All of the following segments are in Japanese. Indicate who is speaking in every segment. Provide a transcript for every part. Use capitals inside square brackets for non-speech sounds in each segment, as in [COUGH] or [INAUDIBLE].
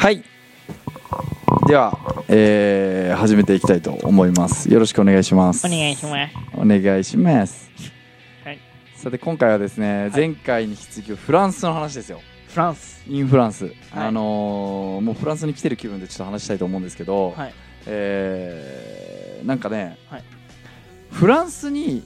Speaker 1: はい。では、えー始めていきたいと思います。よろしくお願いします。
Speaker 2: お願いします。
Speaker 1: お願いします。
Speaker 2: はい
Speaker 1: さて、今回はですね、前回に引き続きフランスの話ですよ。
Speaker 2: フランス。
Speaker 1: インフランス。あのーもうフランスに来てる気分でちょっと話したいと思うんですけど、
Speaker 2: はい。
Speaker 1: えーなんかね、
Speaker 2: はい
Speaker 1: フランスに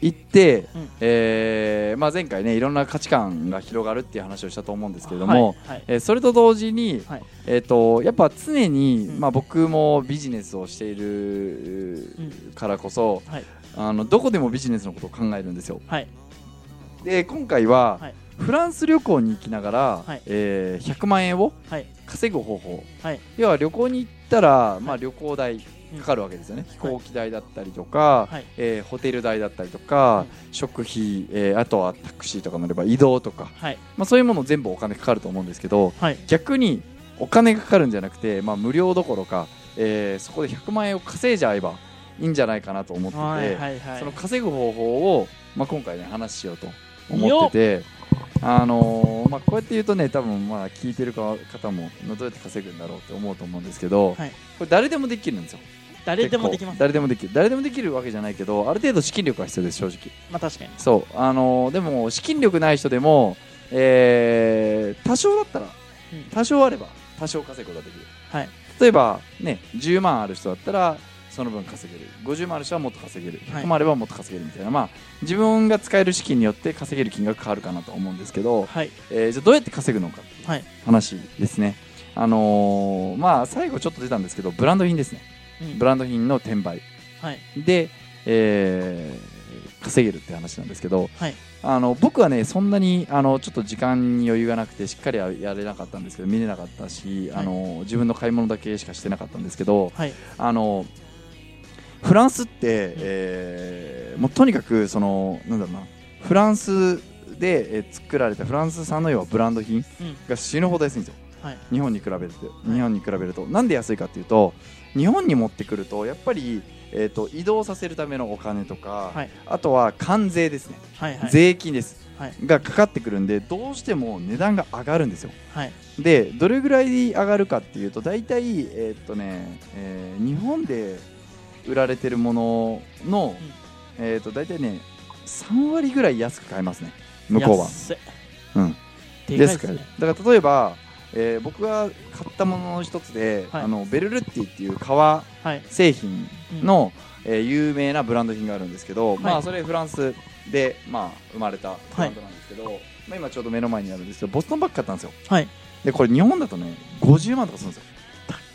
Speaker 1: 行って、
Speaker 2: うん
Speaker 1: えーまあ、前回ねいろんな価値観が広がるっていう話をしたと思うんですけれども、
Speaker 2: はい。はい。
Speaker 1: えーそれと同時に、
Speaker 2: はい
Speaker 1: えー、とやっぱ常に、
Speaker 2: うん
Speaker 1: まあ、僕もビジネスをしている
Speaker 2: うん
Speaker 1: からこそ、
Speaker 2: はい
Speaker 1: あのどこでもビジネスのことを考えるんですよ。
Speaker 2: はい
Speaker 1: で今回は、
Speaker 2: はい
Speaker 1: フランス旅行に行きながら、
Speaker 2: はい
Speaker 1: えー100万円を
Speaker 2: はい
Speaker 1: 稼ぐ方法、
Speaker 2: はい
Speaker 1: 要は旅行に行ったら、まあ、旅行代かかるわけですよね、飛行機代だったりとか、
Speaker 2: はい
Speaker 1: えーホテル代だったりとか、食費、えーあとはタクシーとか乗れば移動とか、
Speaker 2: はい。
Speaker 1: まあ、そういうもの全部お金かかると思うんですけど、
Speaker 2: はい。
Speaker 1: 逆にお金がかかるんじゃなくて、まあ、無料どころか、えーそこで100万円を稼いじゃえばいいんじゃないかなと思ってて、
Speaker 2: はい。はい。はい。
Speaker 1: その稼ぐ方法を、まあ、今回ね話しようと思ってて。あのーまあ、こうやって言うとね多分まあ聞いてる方もまあどうやって稼ぐんだろうって思うと思うんですけど、
Speaker 2: はい
Speaker 1: これ誰でもできるんですよ
Speaker 2: 誰でも
Speaker 1: 結
Speaker 2: でき
Speaker 1: 構
Speaker 2: ます。
Speaker 1: 誰でもできる誰でもできるわけじゃないけどある程度資金力が必要です正直
Speaker 2: まあ、確かに。
Speaker 1: そうあのーでも資金力ない人でも、えー多少だったら
Speaker 2: うん
Speaker 1: 多少あれば多少稼ぐことができる
Speaker 2: はい。
Speaker 1: 例えばね10万ある人だったらその分稼げる50万ある人はもっと稼げる
Speaker 2: はい
Speaker 1: 100万あればもっと稼げるみたいな、まあ自分が使える資金によって稼げる金額変わるかなと思うんですけど、
Speaker 2: はい。
Speaker 1: えーじゃあどうやって稼ぐのかっていう
Speaker 2: はい
Speaker 1: 話ですね、あのーまあ最後ちょっと出たんですけどブランド品ですね
Speaker 2: うん
Speaker 1: ブランド品の転売
Speaker 2: はい。
Speaker 1: で、えー稼げるって話なんですけど、
Speaker 2: はい
Speaker 1: あの僕はねそんなにあのちょっと時間に余裕がなくてしっかりややれなかったんですけど見れなかったし、
Speaker 2: は
Speaker 1: あ
Speaker 2: い
Speaker 1: の自分の買い物だけしかしてなかったんですけど
Speaker 2: はい。
Speaker 1: あのフランスって、えーもうとにかくそのなんだろうなフランスでえー作られたフランス産の要はブランド品
Speaker 2: うん。
Speaker 1: が死ぬほど安いんですよ。
Speaker 2: はい。
Speaker 1: 日本に比べて、日本に比べるとなんで安いかっていうと日本に持ってくるとやっぱり、えー、と移動させるためのお金とか、
Speaker 2: はい。
Speaker 1: あとは関税ですね、
Speaker 2: はい。はい。
Speaker 1: 税金です、
Speaker 2: はい
Speaker 1: がかかってくるんでどうしても値段が上がるんですよ
Speaker 2: はい。
Speaker 1: でどれぐらい上がるかっていうと大体えーっとね、えー日本で売られてるものの、えーっと大体ね3割ぐらい安く買えますね向こうは
Speaker 2: 安い
Speaker 1: うん。
Speaker 2: でか
Speaker 1: です
Speaker 2: いです
Speaker 1: から
Speaker 2: ね。
Speaker 1: だから例えば、えー僕が買ったものの一つで、
Speaker 2: はい
Speaker 1: あのベルルッティっていう革
Speaker 2: はい。
Speaker 1: 製品の、えー有名なブランド品があるんですけど、
Speaker 2: い
Speaker 1: まあそれフランスで、まあ、生まれたブランドなんですけど、まあ、今ちょうど目の前にあるんですけどボストンバッグ買ったんですよ
Speaker 2: はい。
Speaker 1: でこれ日本だとね50万とかするんですよ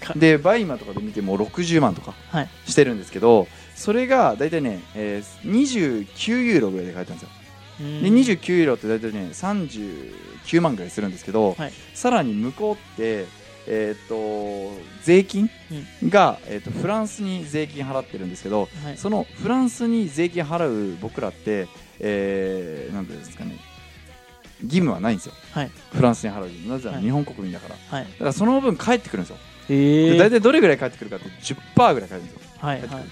Speaker 2: 高い。
Speaker 1: でバイマとかで見ても60万とか
Speaker 2: はい
Speaker 1: してるんですけど、それが大体ね、えー29ユーロぐらいで買えたんですよで
Speaker 2: うん。
Speaker 1: 29ユーロって大体ね39万ぐらいするんですけど、
Speaker 2: はい
Speaker 1: さらに向こうって、えー、と税金が、えー、とフランスに税金払ってるんですけど
Speaker 2: はい。
Speaker 1: そのフランスに税金払う僕らって、えー、なんていうんですかね義務はないんですよ、
Speaker 2: はい
Speaker 1: フランスに払う義務なぜなら
Speaker 2: はい
Speaker 1: 日本国民だから、
Speaker 2: はい
Speaker 1: だからその分返ってくるんですよ、
Speaker 2: え
Speaker 1: で
Speaker 2: え。
Speaker 1: 大体どれぐらい返ってくるかって10%ぐらい返ってくるんですよ
Speaker 2: はい。
Speaker 1: 返って
Speaker 2: は
Speaker 1: く
Speaker 2: い
Speaker 1: る。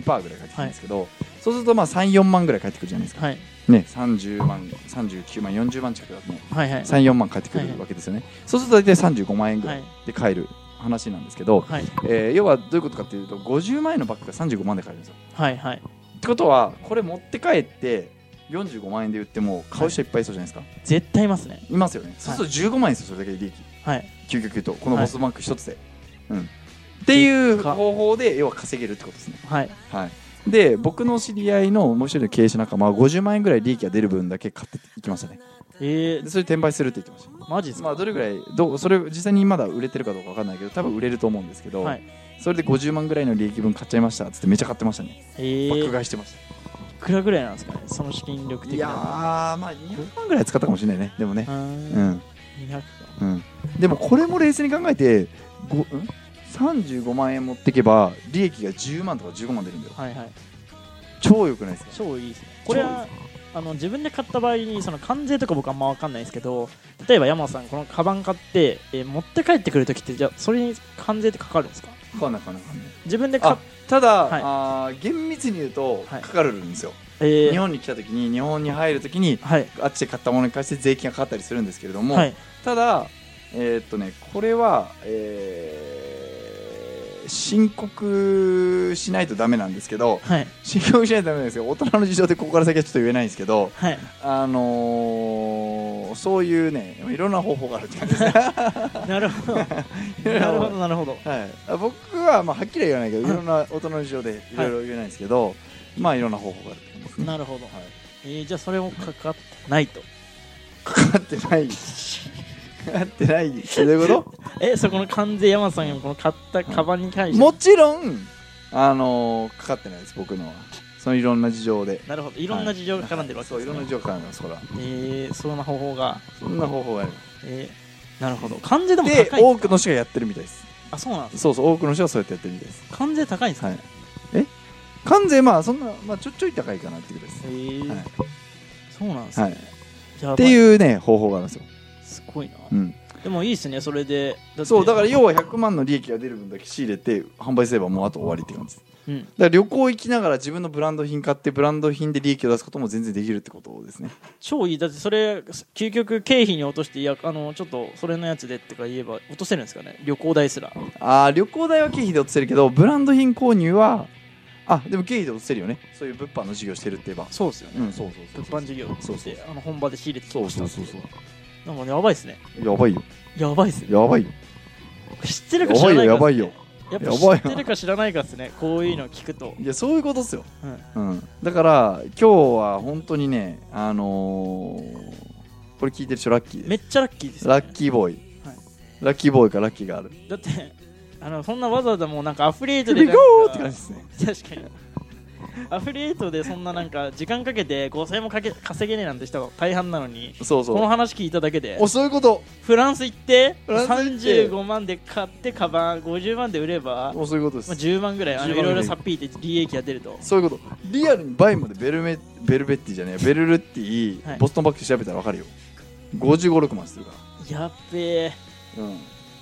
Speaker 1: 12%ぐらい返ってくるんですけど、そうするとまあ34万ぐらい返ってくるじゃないですか
Speaker 2: はい。
Speaker 1: ね、30万、39万、40万近くだと、
Speaker 2: はい。はい。
Speaker 1: 3、4万返ってくるわけですよね、そうすると大体35万円ぐ
Speaker 2: は
Speaker 1: ら
Speaker 2: い
Speaker 1: い。で買える話なんですけど、
Speaker 2: はい。
Speaker 1: えー要はどういうことかっていうと、50万円のバッグが35万で買えるんですよ。
Speaker 2: はい。はい。
Speaker 1: ってことは、これ持って帰って、45万円で売っても買う人いっぱいいそうじゃないですか、い、
Speaker 2: 絶対いますね。
Speaker 1: ますよね、そうすると15万円ですよ、それだけで利益、
Speaker 2: はい。
Speaker 1: 究極言うと、この
Speaker 2: はい
Speaker 1: ボストンバッグ一つで、うん。っていう
Speaker 2: でか
Speaker 1: 方法で、要は稼げるってことですね。
Speaker 2: はい。
Speaker 1: はい、で、僕の知り合いのもう一人の経営者仲間は、50万円ぐらい利益が出る分だけ買っていきましたね。
Speaker 2: ええ
Speaker 1: で。それ転売するって言ってました
Speaker 2: マジです
Speaker 1: ま
Speaker 2: か
Speaker 1: あどれぐらいどうそれ実際にまだ売れてるかどうかわかんないけど多分売れると思うんですけど、
Speaker 2: はい
Speaker 1: それで50万ぐらいの利益分買っちゃいましたっつってめちゃ買ってましたね、
Speaker 2: ええ。
Speaker 1: 爆
Speaker 2: い
Speaker 1: 買いしてまし
Speaker 2: くらぐらいなんですかねその資金力
Speaker 1: た
Speaker 2: 的
Speaker 1: い
Speaker 2: に
Speaker 1: やー
Speaker 2: は。
Speaker 1: まあ200万ぐらい使ったかもしれないねでもね
Speaker 2: う。
Speaker 1: うんん
Speaker 2: 200
Speaker 1: うんでもこれも冷静に考えてごん35万円持ってけば利益が10万とか15万出るんだよ
Speaker 2: か。はい。はい。
Speaker 1: 超良くないですか
Speaker 2: 超いいですねこれはあの自分で買った場合にその関税とか僕あんま分かんないですけど例えば山本さんこのカバン買って、えー持って帰ってくるときってじゃあそれに関税ってかかるんですか
Speaker 1: 分かんない分かんないわかんない
Speaker 2: 自分で買っ
Speaker 1: あただ、
Speaker 2: はい
Speaker 1: あー厳密に言うとか
Speaker 2: はい
Speaker 1: かるんですよ、
Speaker 2: え
Speaker 1: 日
Speaker 2: ー、
Speaker 1: 本に来た時に日本に入る時に
Speaker 2: はい
Speaker 1: あっちで買ったものに関して税金がかかったりするんですけれども、
Speaker 2: はい
Speaker 1: ただ、えーっとねこれは、えー申告しないとダメなんですけど
Speaker 2: はい
Speaker 1: 申告しないとダメなんですけど大人の事情でここから先はちょっと言えないんですけど
Speaker 2: はい
Speaker 1: あのーそういうねいろんな方法があるって感じですね
Speaker 2: [LAUGHS] なるほどなるほどなるほど
Speaker 1: [LAUGHS] はい、あ僕は、まあ、はっきりは言わないけど
Speaker 2: うん
Speaker 1: いろんな大人の事情でいろいろ言えないんですけど、まあいろんな方法があるって感じですね [LAUGHS]
Speaker 2: なるほど、
Speaker 1: はい
Speaker 2: えー、じゃあそれもかかってないと
Speaker 1: かかってない [LAUGHS] かかってないどういうこ
Speaker 2: えそこの関税山さんがこの買ったカバンに関
Speaker 1: と
Speaker 2: して
Speaker 1: もちろんあのーかかってないです僕のはそのいろんな事情で
Speaker 2: なるほどいろんな事情が絡んでるわけ
Speaker 1: そう
Speaker 2: で
Speaker 1: い
Speaker 2: す、ね
Speaker 1: ろんな事情が絡んでますほら
Speaker 2: えー、そんな方法が
Speaker 1: そんな方法がある
Speaker 2: えー、なるほど関税でも高いん
Speaker 1: で
Speaker 2: ですか
Speaker 1: 多くの人がやってるみたいです
Speaker 2: あそうなんです
Speaker 1: そうそう多くの人はそうやってやってるみたいです
Speaker 2: 関税高いんですか、
Speaker 1: はいえ関税まあそんな、まあ、ちょちょい高いかなっていうことです
Speaker 2: えー
Speaker 1: はい
Speaker 2: そうなんですね、
Speaker 1: はい、っ
Speaker 2: やばい
Speaker 1: ていうね方法があるんですよ、
Speaker 2: すごいな、
Speaker 1: うん、
Speaker 2: でもいいですねそれでって
Speaker 1: そうだから要は100万の利益が出る分だけ仕入れて販売すればもうあと終わりって感じですだか
Speaker 2: うん
Speaker 1: ら旅行行きながら自分のブランド品買ってブランド品で利益を出すことも全然できるってことですね
Speaker 2: 超いいだってそれ究極経費に落としていやあのちょっとそれのやつでとか言えば落とせるんですかね旅行代すら
Speaker 1: あー旅行代は経費で落とせるけどブランド品購入はあでも経費で落とせるよねそういう物販の事業してるって言えば
Speaker 2: そうですよね、
Speaker 1: うんそうそうそう
Speaker 2: 物販事業って
Speaker 1: そうそうそう
Speaker 2: あの本場で仕入れてき
Speaker 1: そ
Speaker 2: ま
Speaker 1: う
Speaker 2: した
Speaker 1: そ
Speaker 2: っ
Speaker 1: う
Speaker 2: て
Speaker 1: そうそう
Speaker 2: なんかねやばいですね
Speaker 1: やばいよ
Speaker 2: やばいですね
Speaker 1: やばいよ
Speaker 2: 知って
Speaker 1: や
Speaker 2: るか知
Speaker 1: ば
Speaker 2: ら
Speaker 1: いよ
Speaker 2: ないか
Speaker 1: や
Speaker 2: っす
Speaker 1: ば
Speaker 2: ね
Speaker 1: いよ
Speaker 2: やっ
Speaker 1: やばい
Speaker 2: ぱ
Speaker 1: よ
Speaker 2: 知ってるか知らないかですねこういうの聞くと
Speaker 1: いやそういうことっすよ、
Speaker 2: うん
Speaker 1: うん、だから今日は本当にねあのーこれ聞いてる人ラッキーです
Speaker 2: めっちゃラッキーですよね
Speaker 1: ラッキーボーイ、
Speaker 2: はい
Speaker 1: ラッキーボーイかラッキーがある
Speaker 2: だってあのそんなわざわざもうなんかアフリエイト
Speaker 1: で
Speaker 2: で
Speaker 1: ビ
Speaker 2: な
Speaker 1: ゴ
Speaker 2: んか
Speaker 1: ーって感じですね
Speaker 2: 確かにアフリエイトでそんななんか時間かけて5000円もかけ稼げねえなんて人が大半なのに
Speaker 1: そうそ
Speaker 2: この
Speaker 1: う
Speaker 2: 話聞いただけで
Speaker 1: おそういうこと
Speaker 2: フランス行って
Speaker 1: フランス行って
Speaker 2: 35万で買ってカバン50万で売れば、ま
Speaker 1: おそういうことで
Speaker 2: あ、
Speaker 1: す
Speaker 2: 10万ぐらいあの
Speaker 1: 10
Speaker 2: い
Speaker 1: 万ぐ
Speaker 2: ろ
Speaker 1: らい
Speaker 2: いろさっぴいて利益が出ると
Speaker 1: そういうことリアルにバイムでベルメベルベッティじゃねえベルルッティ、
Speaker 2: はい
Speaker 1: ボストンバッグで調べたら分かるよ556万するか
Speaker 2: やっべえ
Speaker 1: ら、うん、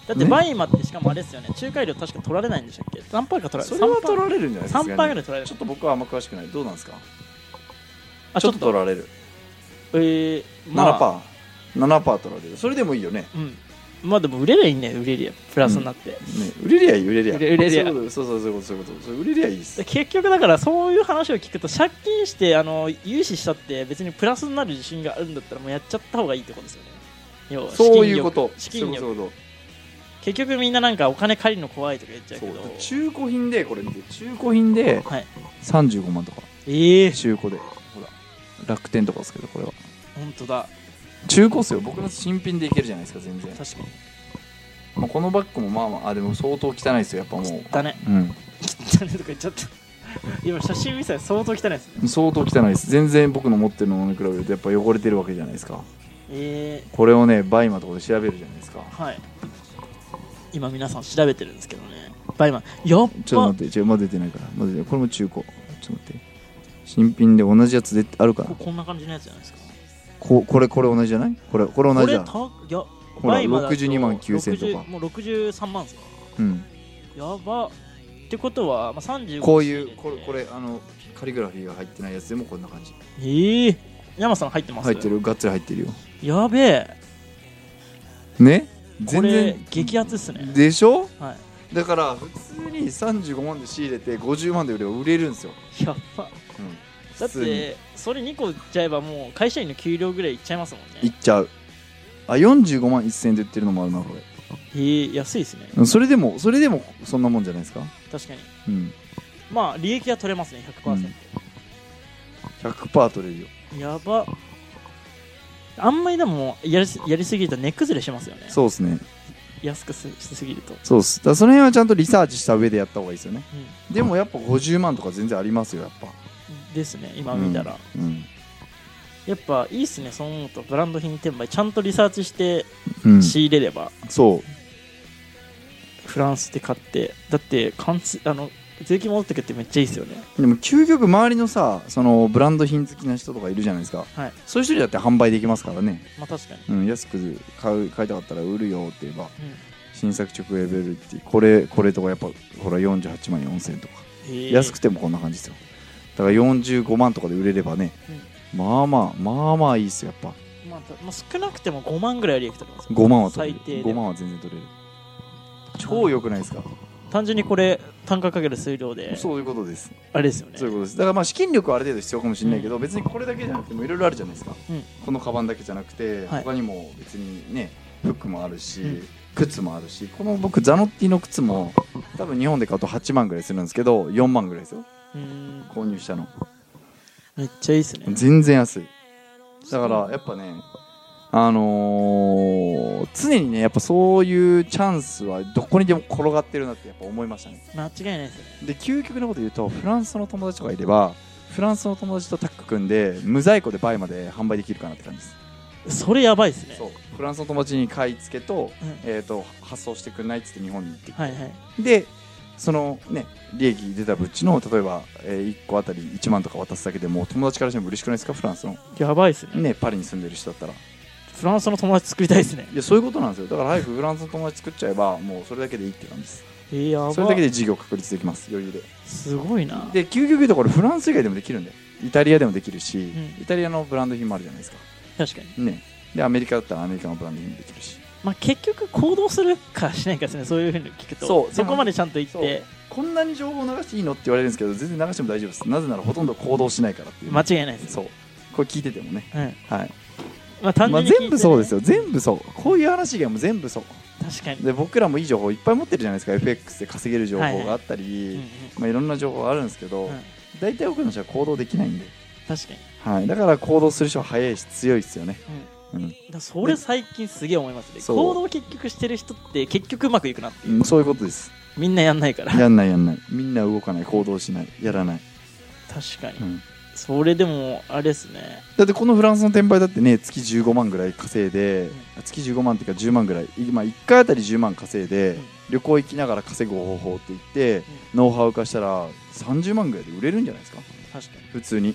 Speaker 2: だって
Speaker 1: ね
Speaker 2: バイマってしかもあれですよね仲介料確か取られないんでしたっけ何パーか取られ
Speaker 1: それは
Speaker 2: 3%
Speaker 1: 取られるんじゃないですか、
Speaker 2: 3%ぐらい取られる
Speaker 1: ちょっと僕はあんま詳しくないどうなんですか
Speaker 2: あ
Speaker 1: ちょっと取られる、
Speaker 2: えー、まあ、
Speaker 1: 7%7% 取られるそれでもいいよね
Speaker 2: うんまあでも売れりゃいいんだよ売れりゃプラスになって、
Speaker 1: ね売れりゃいい売れりゃ
Speaker 2: 売れ売れりゃ
Speaker 1: そういうことそうそうそういうことそういうことそれ売れりゃいいっす
Speaker 2: で結局だからそういう話を聞くと借金してあの融資したって別にプラスになる自信があるんだったらもうやっちゃった方がいいってことですよね要は
Speaker 1: そういうこと
Speaker 2: 資金力資金
Speaker 1: そういうこ
Speaker 2: 力
Speaker 1: と
Speaker 2: 結局みんななんかお金借りるの怖いとか言っちゃうけ
Speaker 1: そう
Speaker 2: ど
Speaker 1: 中古品でこれ見て中古品で
Speaker 2: はい
Speaker 1: 35万とか
Speaker 2: ええー、
Speaker 1: 中古でほら楽天とかですけどこれは
Speaker 2: 本当だ
Speaker 1: 中古っすよ僕の新品でいけるじゃないですか全然、
Speaker 2: 確かに
Speaker 1: まあ、このバッグもまあまああでも相当汚いですよやっぱもう
Speaker 2: だね [LAUGHS]
Speaker 1: う
Speaker 2: 汚ねとか言っちゃった [LAUGHS] 今写真見せたら相当汚いですね
Speaker 1: ん相当汚いです全然僕の持ってるものに比べるとやっぱ汚れてるわけじゃないですか
Speaker 2: え
Speaker 1: これをねバイマとかで調べるじゃないですか
Speaker 2: ー、はい今皆さん調べてるんですけどねバイマンやっ
Speaker 1: ちょ
Speaker 2: ぱ
Speaker 1: っと待って、ちょまだ出てないからまだ出てないこれも中古ちょっと待って新品で同じやつであるかな
Speaker 2: ここんな感じのやつじゃないですか
Speaker 1: ここれこれ同じじゃないこれこれ同
Speaker 2: こ
Speaker 1: じ
Speaker 2: れ
Speaker 1: だ
Speaker 2: たいや
Speaker 1: ほら
Speaker 2: バイマだと
Speaker 1: 62万9000とか
Speaker 2: 60もう63万ですか
Speaker 1: うん
Speaker 2: やばってことは、まあ、35
Speaker 1: こういうこれ
Speaker 2: 仕
Speaker 1: こ
Speaker 2: 入て
Speaker 1: れあのカリグラフィーが入ってないやつでもこんな感じ
Speaker 2: ええー、山さん入ってます
Speaker 1: 入ってるがっつり入ってるよ
Speaker 2: やべえ
Speaker 1: ね
Speaker 2: こ
Speaker 1: 全
Speaker 2: れ
Speaker 1: 然
Speaker 2: 激アツっすね
Speaker 1: でしょ
Speaker 2: は
Speaker 1: だから普通に35万で仕入れて50万で売れば売れるんですよ、
Speaker 2: いやっば
Speaker 1: うん、
Speaker 2: だ
Speaker 1: 普
Speaker 2: っ
Speaker 1: 通に
Speaker 2: てそれ2個売っちゃえばもう会社員の給料ぐらいいっちゃいますもん
Speaker 1: いっ
Speaker 2: ね
Speaker 1: ちゃうあ45万1000円で売ってるのもあるなこれ
Speaker 2: えー、安いですね
Speaker 1: うんそれでもそれでもそんなもんじゃないですか
Speaker 2: 確かに
Speaker 1: うん
Speaker 2: まあ利益は取れますね100%、
Speaker 1: 100%取れるよ
Speaker 2: やばあんまりでもやりすやりすぎると値崩れしますよね
Speaker 1: そうっすね
Speaker 2: 安くすしすぎると、
Speaker 1: そうっすだからその辺はちゃんとリサーチした上でやった方がいいですよね
Speaker 2: う
Speaker 1: でもやっぱ50万とか全然ありますよやっぱ
Speaker 2: ん、ですね今見たら、
Speaker 1: うん、
Speaker 2: やっぱいいっすねそう思うとブランド品転売ちゃんとリサーチして
Speaker 1: うん、
Speaker 2: 仕入れれば、
Speaker 1: そう
Speaker 2: フランスで買ってだって関数あの税金戻ってくってめっちゃいいっすよね
Speaker 1: でも究極周りのさそのブランド品好きな人とかいるじゃないですか、
Speaker 2: はい
Speaker 1: そういう人にだって販売できますからね、
Speaker 2: まあ確かに、
Speaker 1: うん、安く買う買いたかったら売るよって言えば
Speaker 2: うん、
Speaker 1: 新作直営ベルってこれこれとかやっぱほら48万4000とか、
Speaker 2: へえ
Speaker 1: 安くてもこんな感じですよだから45万とかで売れればね、まあまあまあまあいいっすよやっぱ
Speaker 2: まあたまあ、少なくても5万ぐらいは利益取れますよ
Speaker 1: 5万は取れ
Speaker 2: 最低
Speaker 1: る
Speaker 2: で
Speaker 1: 5
Speaker 2: も
Speaker 1: 万は全然取れる超良くないですか
Speaker 2: 単純にこれ単価かける数量で
Speaker 1: そういうことです
Speaker 2: あれですよね
Speaker 1: そういうことですだからまあ資金力はある程度必要かもしれないけど、別にこれだけじゃなくてもいろいろあるじゃないですか、
Speaker 2: うん
Speaker 1: このカバンだけじゃなくて、
Speaker 2: はい
Speaker 1: 他にも別にねフックもあるし、
Speaker 2: うん
Speaker 1: 靴もあるしこの僕ザノッティの靴も多分日本で買うと8万ぐらいするんですけど4万ぐらいですよ
Speaker 2: うーん
Speaker 1: 購入したの
Speaker 2: めっちゃいいっすね
Speaker 1: 全然安いだからやっぱねあのー常にねやっぱそういうチャンスはどこにでも転がってるなってやっぱ思いましたね
Speaker 2: 間違いないですね
Speaker 1: で究極のこと言うとフランスの友達とかいればフランスの友達とタッグ組んで無在庫でバイまで販売できるかなって感じです
Speaker 2: それやばいっすね
Speaker 1: そうフランスの友達に買い付けと,、
Speaker 2: うん
Speaker 1: えー、と発送してくんないっつって日本に行って、
Speaker 2: はいはい
Speaker 1: でそのね利益出たうちの例えば、え1個あたり1万とか渡すだけでもう友達からしても嬉しくないですかフランスの
Speaker 2: やばいっすね
Speaker 1: ねパリに住んでる人だったら
Speaker 2: フランスの友達作りたいっすね
Speaker 1: いやそういうことなんですよだから早くフランスの友達作っちゃえばもうそれだけでいいって感じです
Speaker 2: えー、やば
Speaker 1: それだけで事業確立できます余裕です
Speaker 2: ごいな
Speaker 1: で究極言うとこれフランス以外でもできるんだよイタリアでもできるし、
Speaker 2: うん
Speaker 1: イタリアのブランド品もあるじゃないですか
Speaker 2: 確かに
Speaker 1: ねでアメリカだったらアメリカのブランド品もできるし
Speaker 2: まあ結局行動するかしないかですねそういうふうに聞くと
Speaker 1: そう
Speaker 2: こまでちゃんと言っ
Speaker 1: そう
Speaker 2: て
Speaker 1: こんなに情報流していいのって言われるんですけど全然流しても大丈夫ですなぜならほとんど行動しないからっていう、
Speaker 2: 間違いないです
Speaker 1: そうこれ聞いててもね
Speaker 2: うん
Speaker 1: はい、
Speaker 2: まあ単
Speaker 1: まあ、
Speaker 2: 純に
Speaker 1: 全
Speaker 2: 聞いてね、
Speaker 1: 部そうですよ全部そうこういう話がもう全部そう
Speaker 2: 確かに、
Speaker 1: で僕らもいい情報いっぱい持ってるじゃないですか FX で稼げる情報があったり、
Speaker 2: うんうん
Speaker 1: まあ、いろんな情報あるんですけど、
Speaker 2: うん
Speaker 1: 大体多くの人は行動できないんで、
Speaker 2: 確かに、
Speaker 1: はい、だから行動する人は早いし強いですよね、
Speaker 2: うん
Speaker 1: うん
Speaker 2: だからそれ最近すげえ思いますね
Speaker 1: そう
Speaker 2: 行動を結局してる人って結局うまくいくなっていう、
Speaker 1: うんそういうことです [LAUGHS]
Speaker 2: みんなやんないから
Speaker 1: やんないやんないみんな動かない行動しないやらない、
Speaker 2: 確かに、
Speaker 1: うん
Speaker 2: それでもあれですね
Speaker 1: だってこのフランスの転売だってね月15万ぐらい稼いで、
Speaker 2: ん
Speaker 1: あ月15万っていうか10万ぐらい今1回あたり10万稼いで、
Speaker 2: ん
Speaker 1: 旅行行きながら稼ぐ方法って言って、ノウハウ化したら30万ぐらいで売れるんじゃないですか
Speaker 2: 確かに、
Speaker 1: 普通に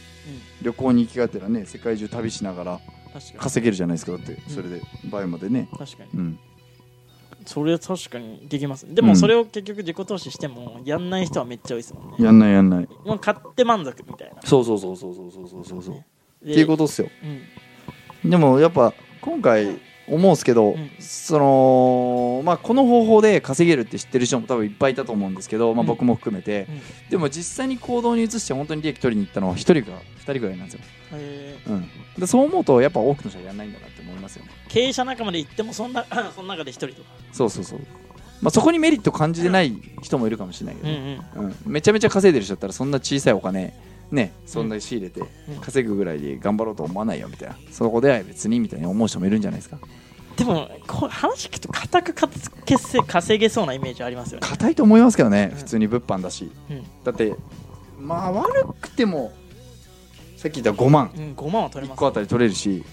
Speaker 1: 旅行に行きがてらね世界中旅しながら
Speaker 2: うん、確かに
Speaker 1: 稼げるじゃないですかだってそれでバイまでね
Speaker 2: 確かに
Speaker 1: うん
Speaker 2: それは確かにできますで
Speaker 1: う
Speaker 2: も
Speaker 1: ん
Speaker 2: それを結局自己投資してもやんない人はめっちゃ多いですもんね
Speaker 1: やんないやんない
Speaker 2: もう買って満足みたいな
Speaker 1: そうそうそうそうそうそうそうそうそうっ
Speaker 2: って
Speaker 1: ていうことっすよ
Speaker 2: と、うん
Speaker 1: でもやっぱ今回思うんですけど、
Speaker 2: うん
Speaker 1: そのまあこの方法で稼げるって知ってる人も多分いっぱいいたと思うんですけど、まあ、
Speaker 2: うん
Speaker 1: 僕も含めて、
Speaker 2: うん
Speaker 1: でも実際に行動に移して本当に利益取りに行ったのは1人か2人ぐらいなんですよ、
Speaker 2: え
Speaker 1: うん、でそう思うとやっぱ多くの人はやらないんだなって思いますよね
Speaker 2: ー経営者仲間で行ってもそんな [LAUGHS] その中で一人とか、
Speaker 1: そうそうそう、まあ、そこにメリット感じてない人もいるかもしれないけど
Speaker 2: うん
Speaker 1: ね、
Speaker 2: うん、
Speaker 1: うんめちゃめちゃ稼いでる人だったらそんな小さいお金ねそんな仕入れて
Speaker 2: ん
Speaker 1: 稼ぐぐらいで頑張ろうと思わないよみたいなそこでは別にみたいに思う人もいるんじゃないですか
Speaker 2: でもこう話聞くと固くかつ結成稼げそうなイメージありますよね、
Speaker 1: 硬いと思いますけどね
Speaker 2: うん
Speaker 1: 普通に物販だし
Speaker 2: うん
Speaker 1: だってまあ悪くてもさっき言った5万
Speaker 2: うん、5万は取れ
Speaker 1: 1
Speaker 2: ます
Speaker 1: 個あたり取れるし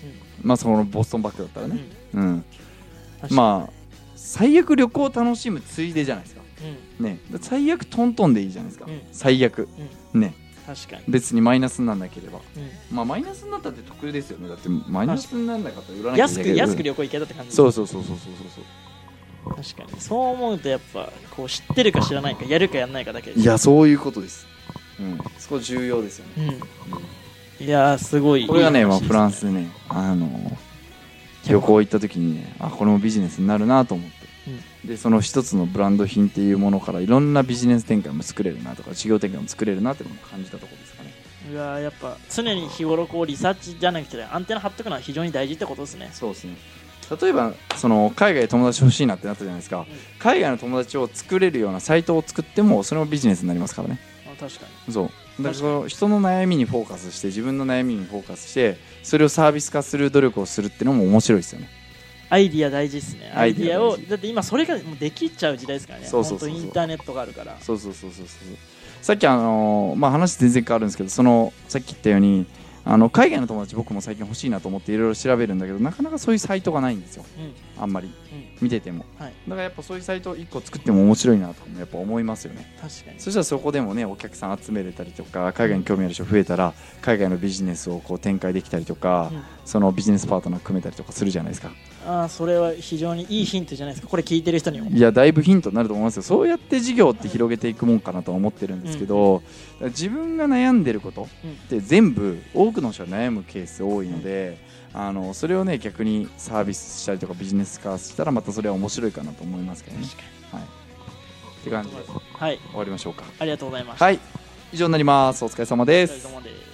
Speaker 1: まあそのボストンバッグだったら
Speaker 2: うんう
Speaker 1: ね
Speaker 2: ん
Speaker 1: うん
Speaker 2: 確かに
Speaker 1: まあ最悪旅行を楽しむついでじゃないですか
Speaker 2: うん
Speaker 1: ね最悪トントンでいいじゃないですか
Speaker 2: うん
Speaker 1: 最悪ね
Speaker 2: 確かに、
Speaker 1: 別にマイナスにならなければ
Speaker 2: う、
Speaker 1: まあマイナスになったって得ですよねだってマイナスにならなかったら売らなんきゃいけな
Speaker 2: 安
Speaker 1: い
Speaker 2: く
Speaker 1: けど
Speaker 2: 安く旅行行けたって感じ
Speaker 1: そうそうそうそうそうそうそう
Speaker 2: 確かにそう思うとやっぱこう知ってるか知らないかやるかやらないかだけで
Speaker 1: いやそういうことですうんそこ重要ですよね、
Speaker 2: うんいやーすごい
Speaker 1: これが
Speaker 2: い
Speaker 1: ね、
Speaker 2: い話
Speaker 1: まあ、
Speaker 2: です
Speaker 1: フランスでねあの旅行行った時にねあこれもビジネスになるなと思って、でその一つのブランド品っていうものからいろんなビジネス展開も作れるなとか事業展開も作れるなっていうのも感じたところですかね
Speaker 2: うわーやっぱ常に日頃こうリサーチじゃなくてアンテナ張っとくのは非常に大事ってことですね
Speaker 1: そうですね例えばその海外友達欲しいなってなったじゃないですか、海外の友達を作れるようなサイトを作ってもそれもビジネスになりますからね
Speaker 2: あ確かに
Speaker 1: そうだから
Speaker 2: 確
Speaker 1: そ
Speaker 2: かに
Speaker 1: の人の悩みにフォーカスして自分の悩みにフォーカスしてそれをサービス化する努力をするってのも面白いですよね
Speaker 2: アイディア大事ですねア
Speaker 1: ア
Speaker 2: イ
Speaker 1: イ
Speaker 2: デ
Speaker 1: デ
Speaker 2: ィ
Speaker 1: ィ
Speaker 2: ア
Speaker 1: ア
Speaker 2: を
Speaker 1: 大事
Speaker 2: だって今それがもうできちゃう時代ですからね
Speaker 1: そうそうそうそう
Speaker 2: 本当インターネットがあるから
Speaker 1: そうそうそうそうそうさっきあのーまあ話全然変わるんですけどそのさっき言ったようにあの海外の友達僕も最近欲しいなと思っていろいろ調べるんだけどなかなかそういうサイトがないんですよ
Speaker 2: うん
Speaker 1: あんまり
Speaker 2: うん
Speaker 1: 見てても、
Speaker 2: はい
Speaker 1: だからやっぱそういうサイト1個作っても面白いなとかもやっぱ思いますよね
Speaker 2: 確かに
Speaker 1: そしたらそこでもねお客さん集めれたりとか海外に興味ある人増えたら海外のビジネスをこう展開できたりとか、
Speaker 2: うん
Speaker 1: そのビジネスパートナー組めたりとかするじゃないですか
Speaker 2: あーそれは非常にいいヒントじゃないですかこれ聞いてる人にも
Speaker 1: いやだいぶヒントになると思いますよそうやって事業って広げていくもんかなとは思ってるんですけど、自分が悩んでることって全部多くの人は悩むケース多いので、あのそれをね逆にサービスしたりとかビジネス化したらまたそれは面白いかなと思いますけどね。はい、って感じで
Speaker 2: はい
Speaker 1: 終わりましょうか。
Speaker 2: ありがとうございました、
Speaker 1: はい以上になりますお疲れ様
Speaker 2: お
Speaker 1: で
Speaker 2: 疲れ
Speaker 1: す。
Speaker 2: 様です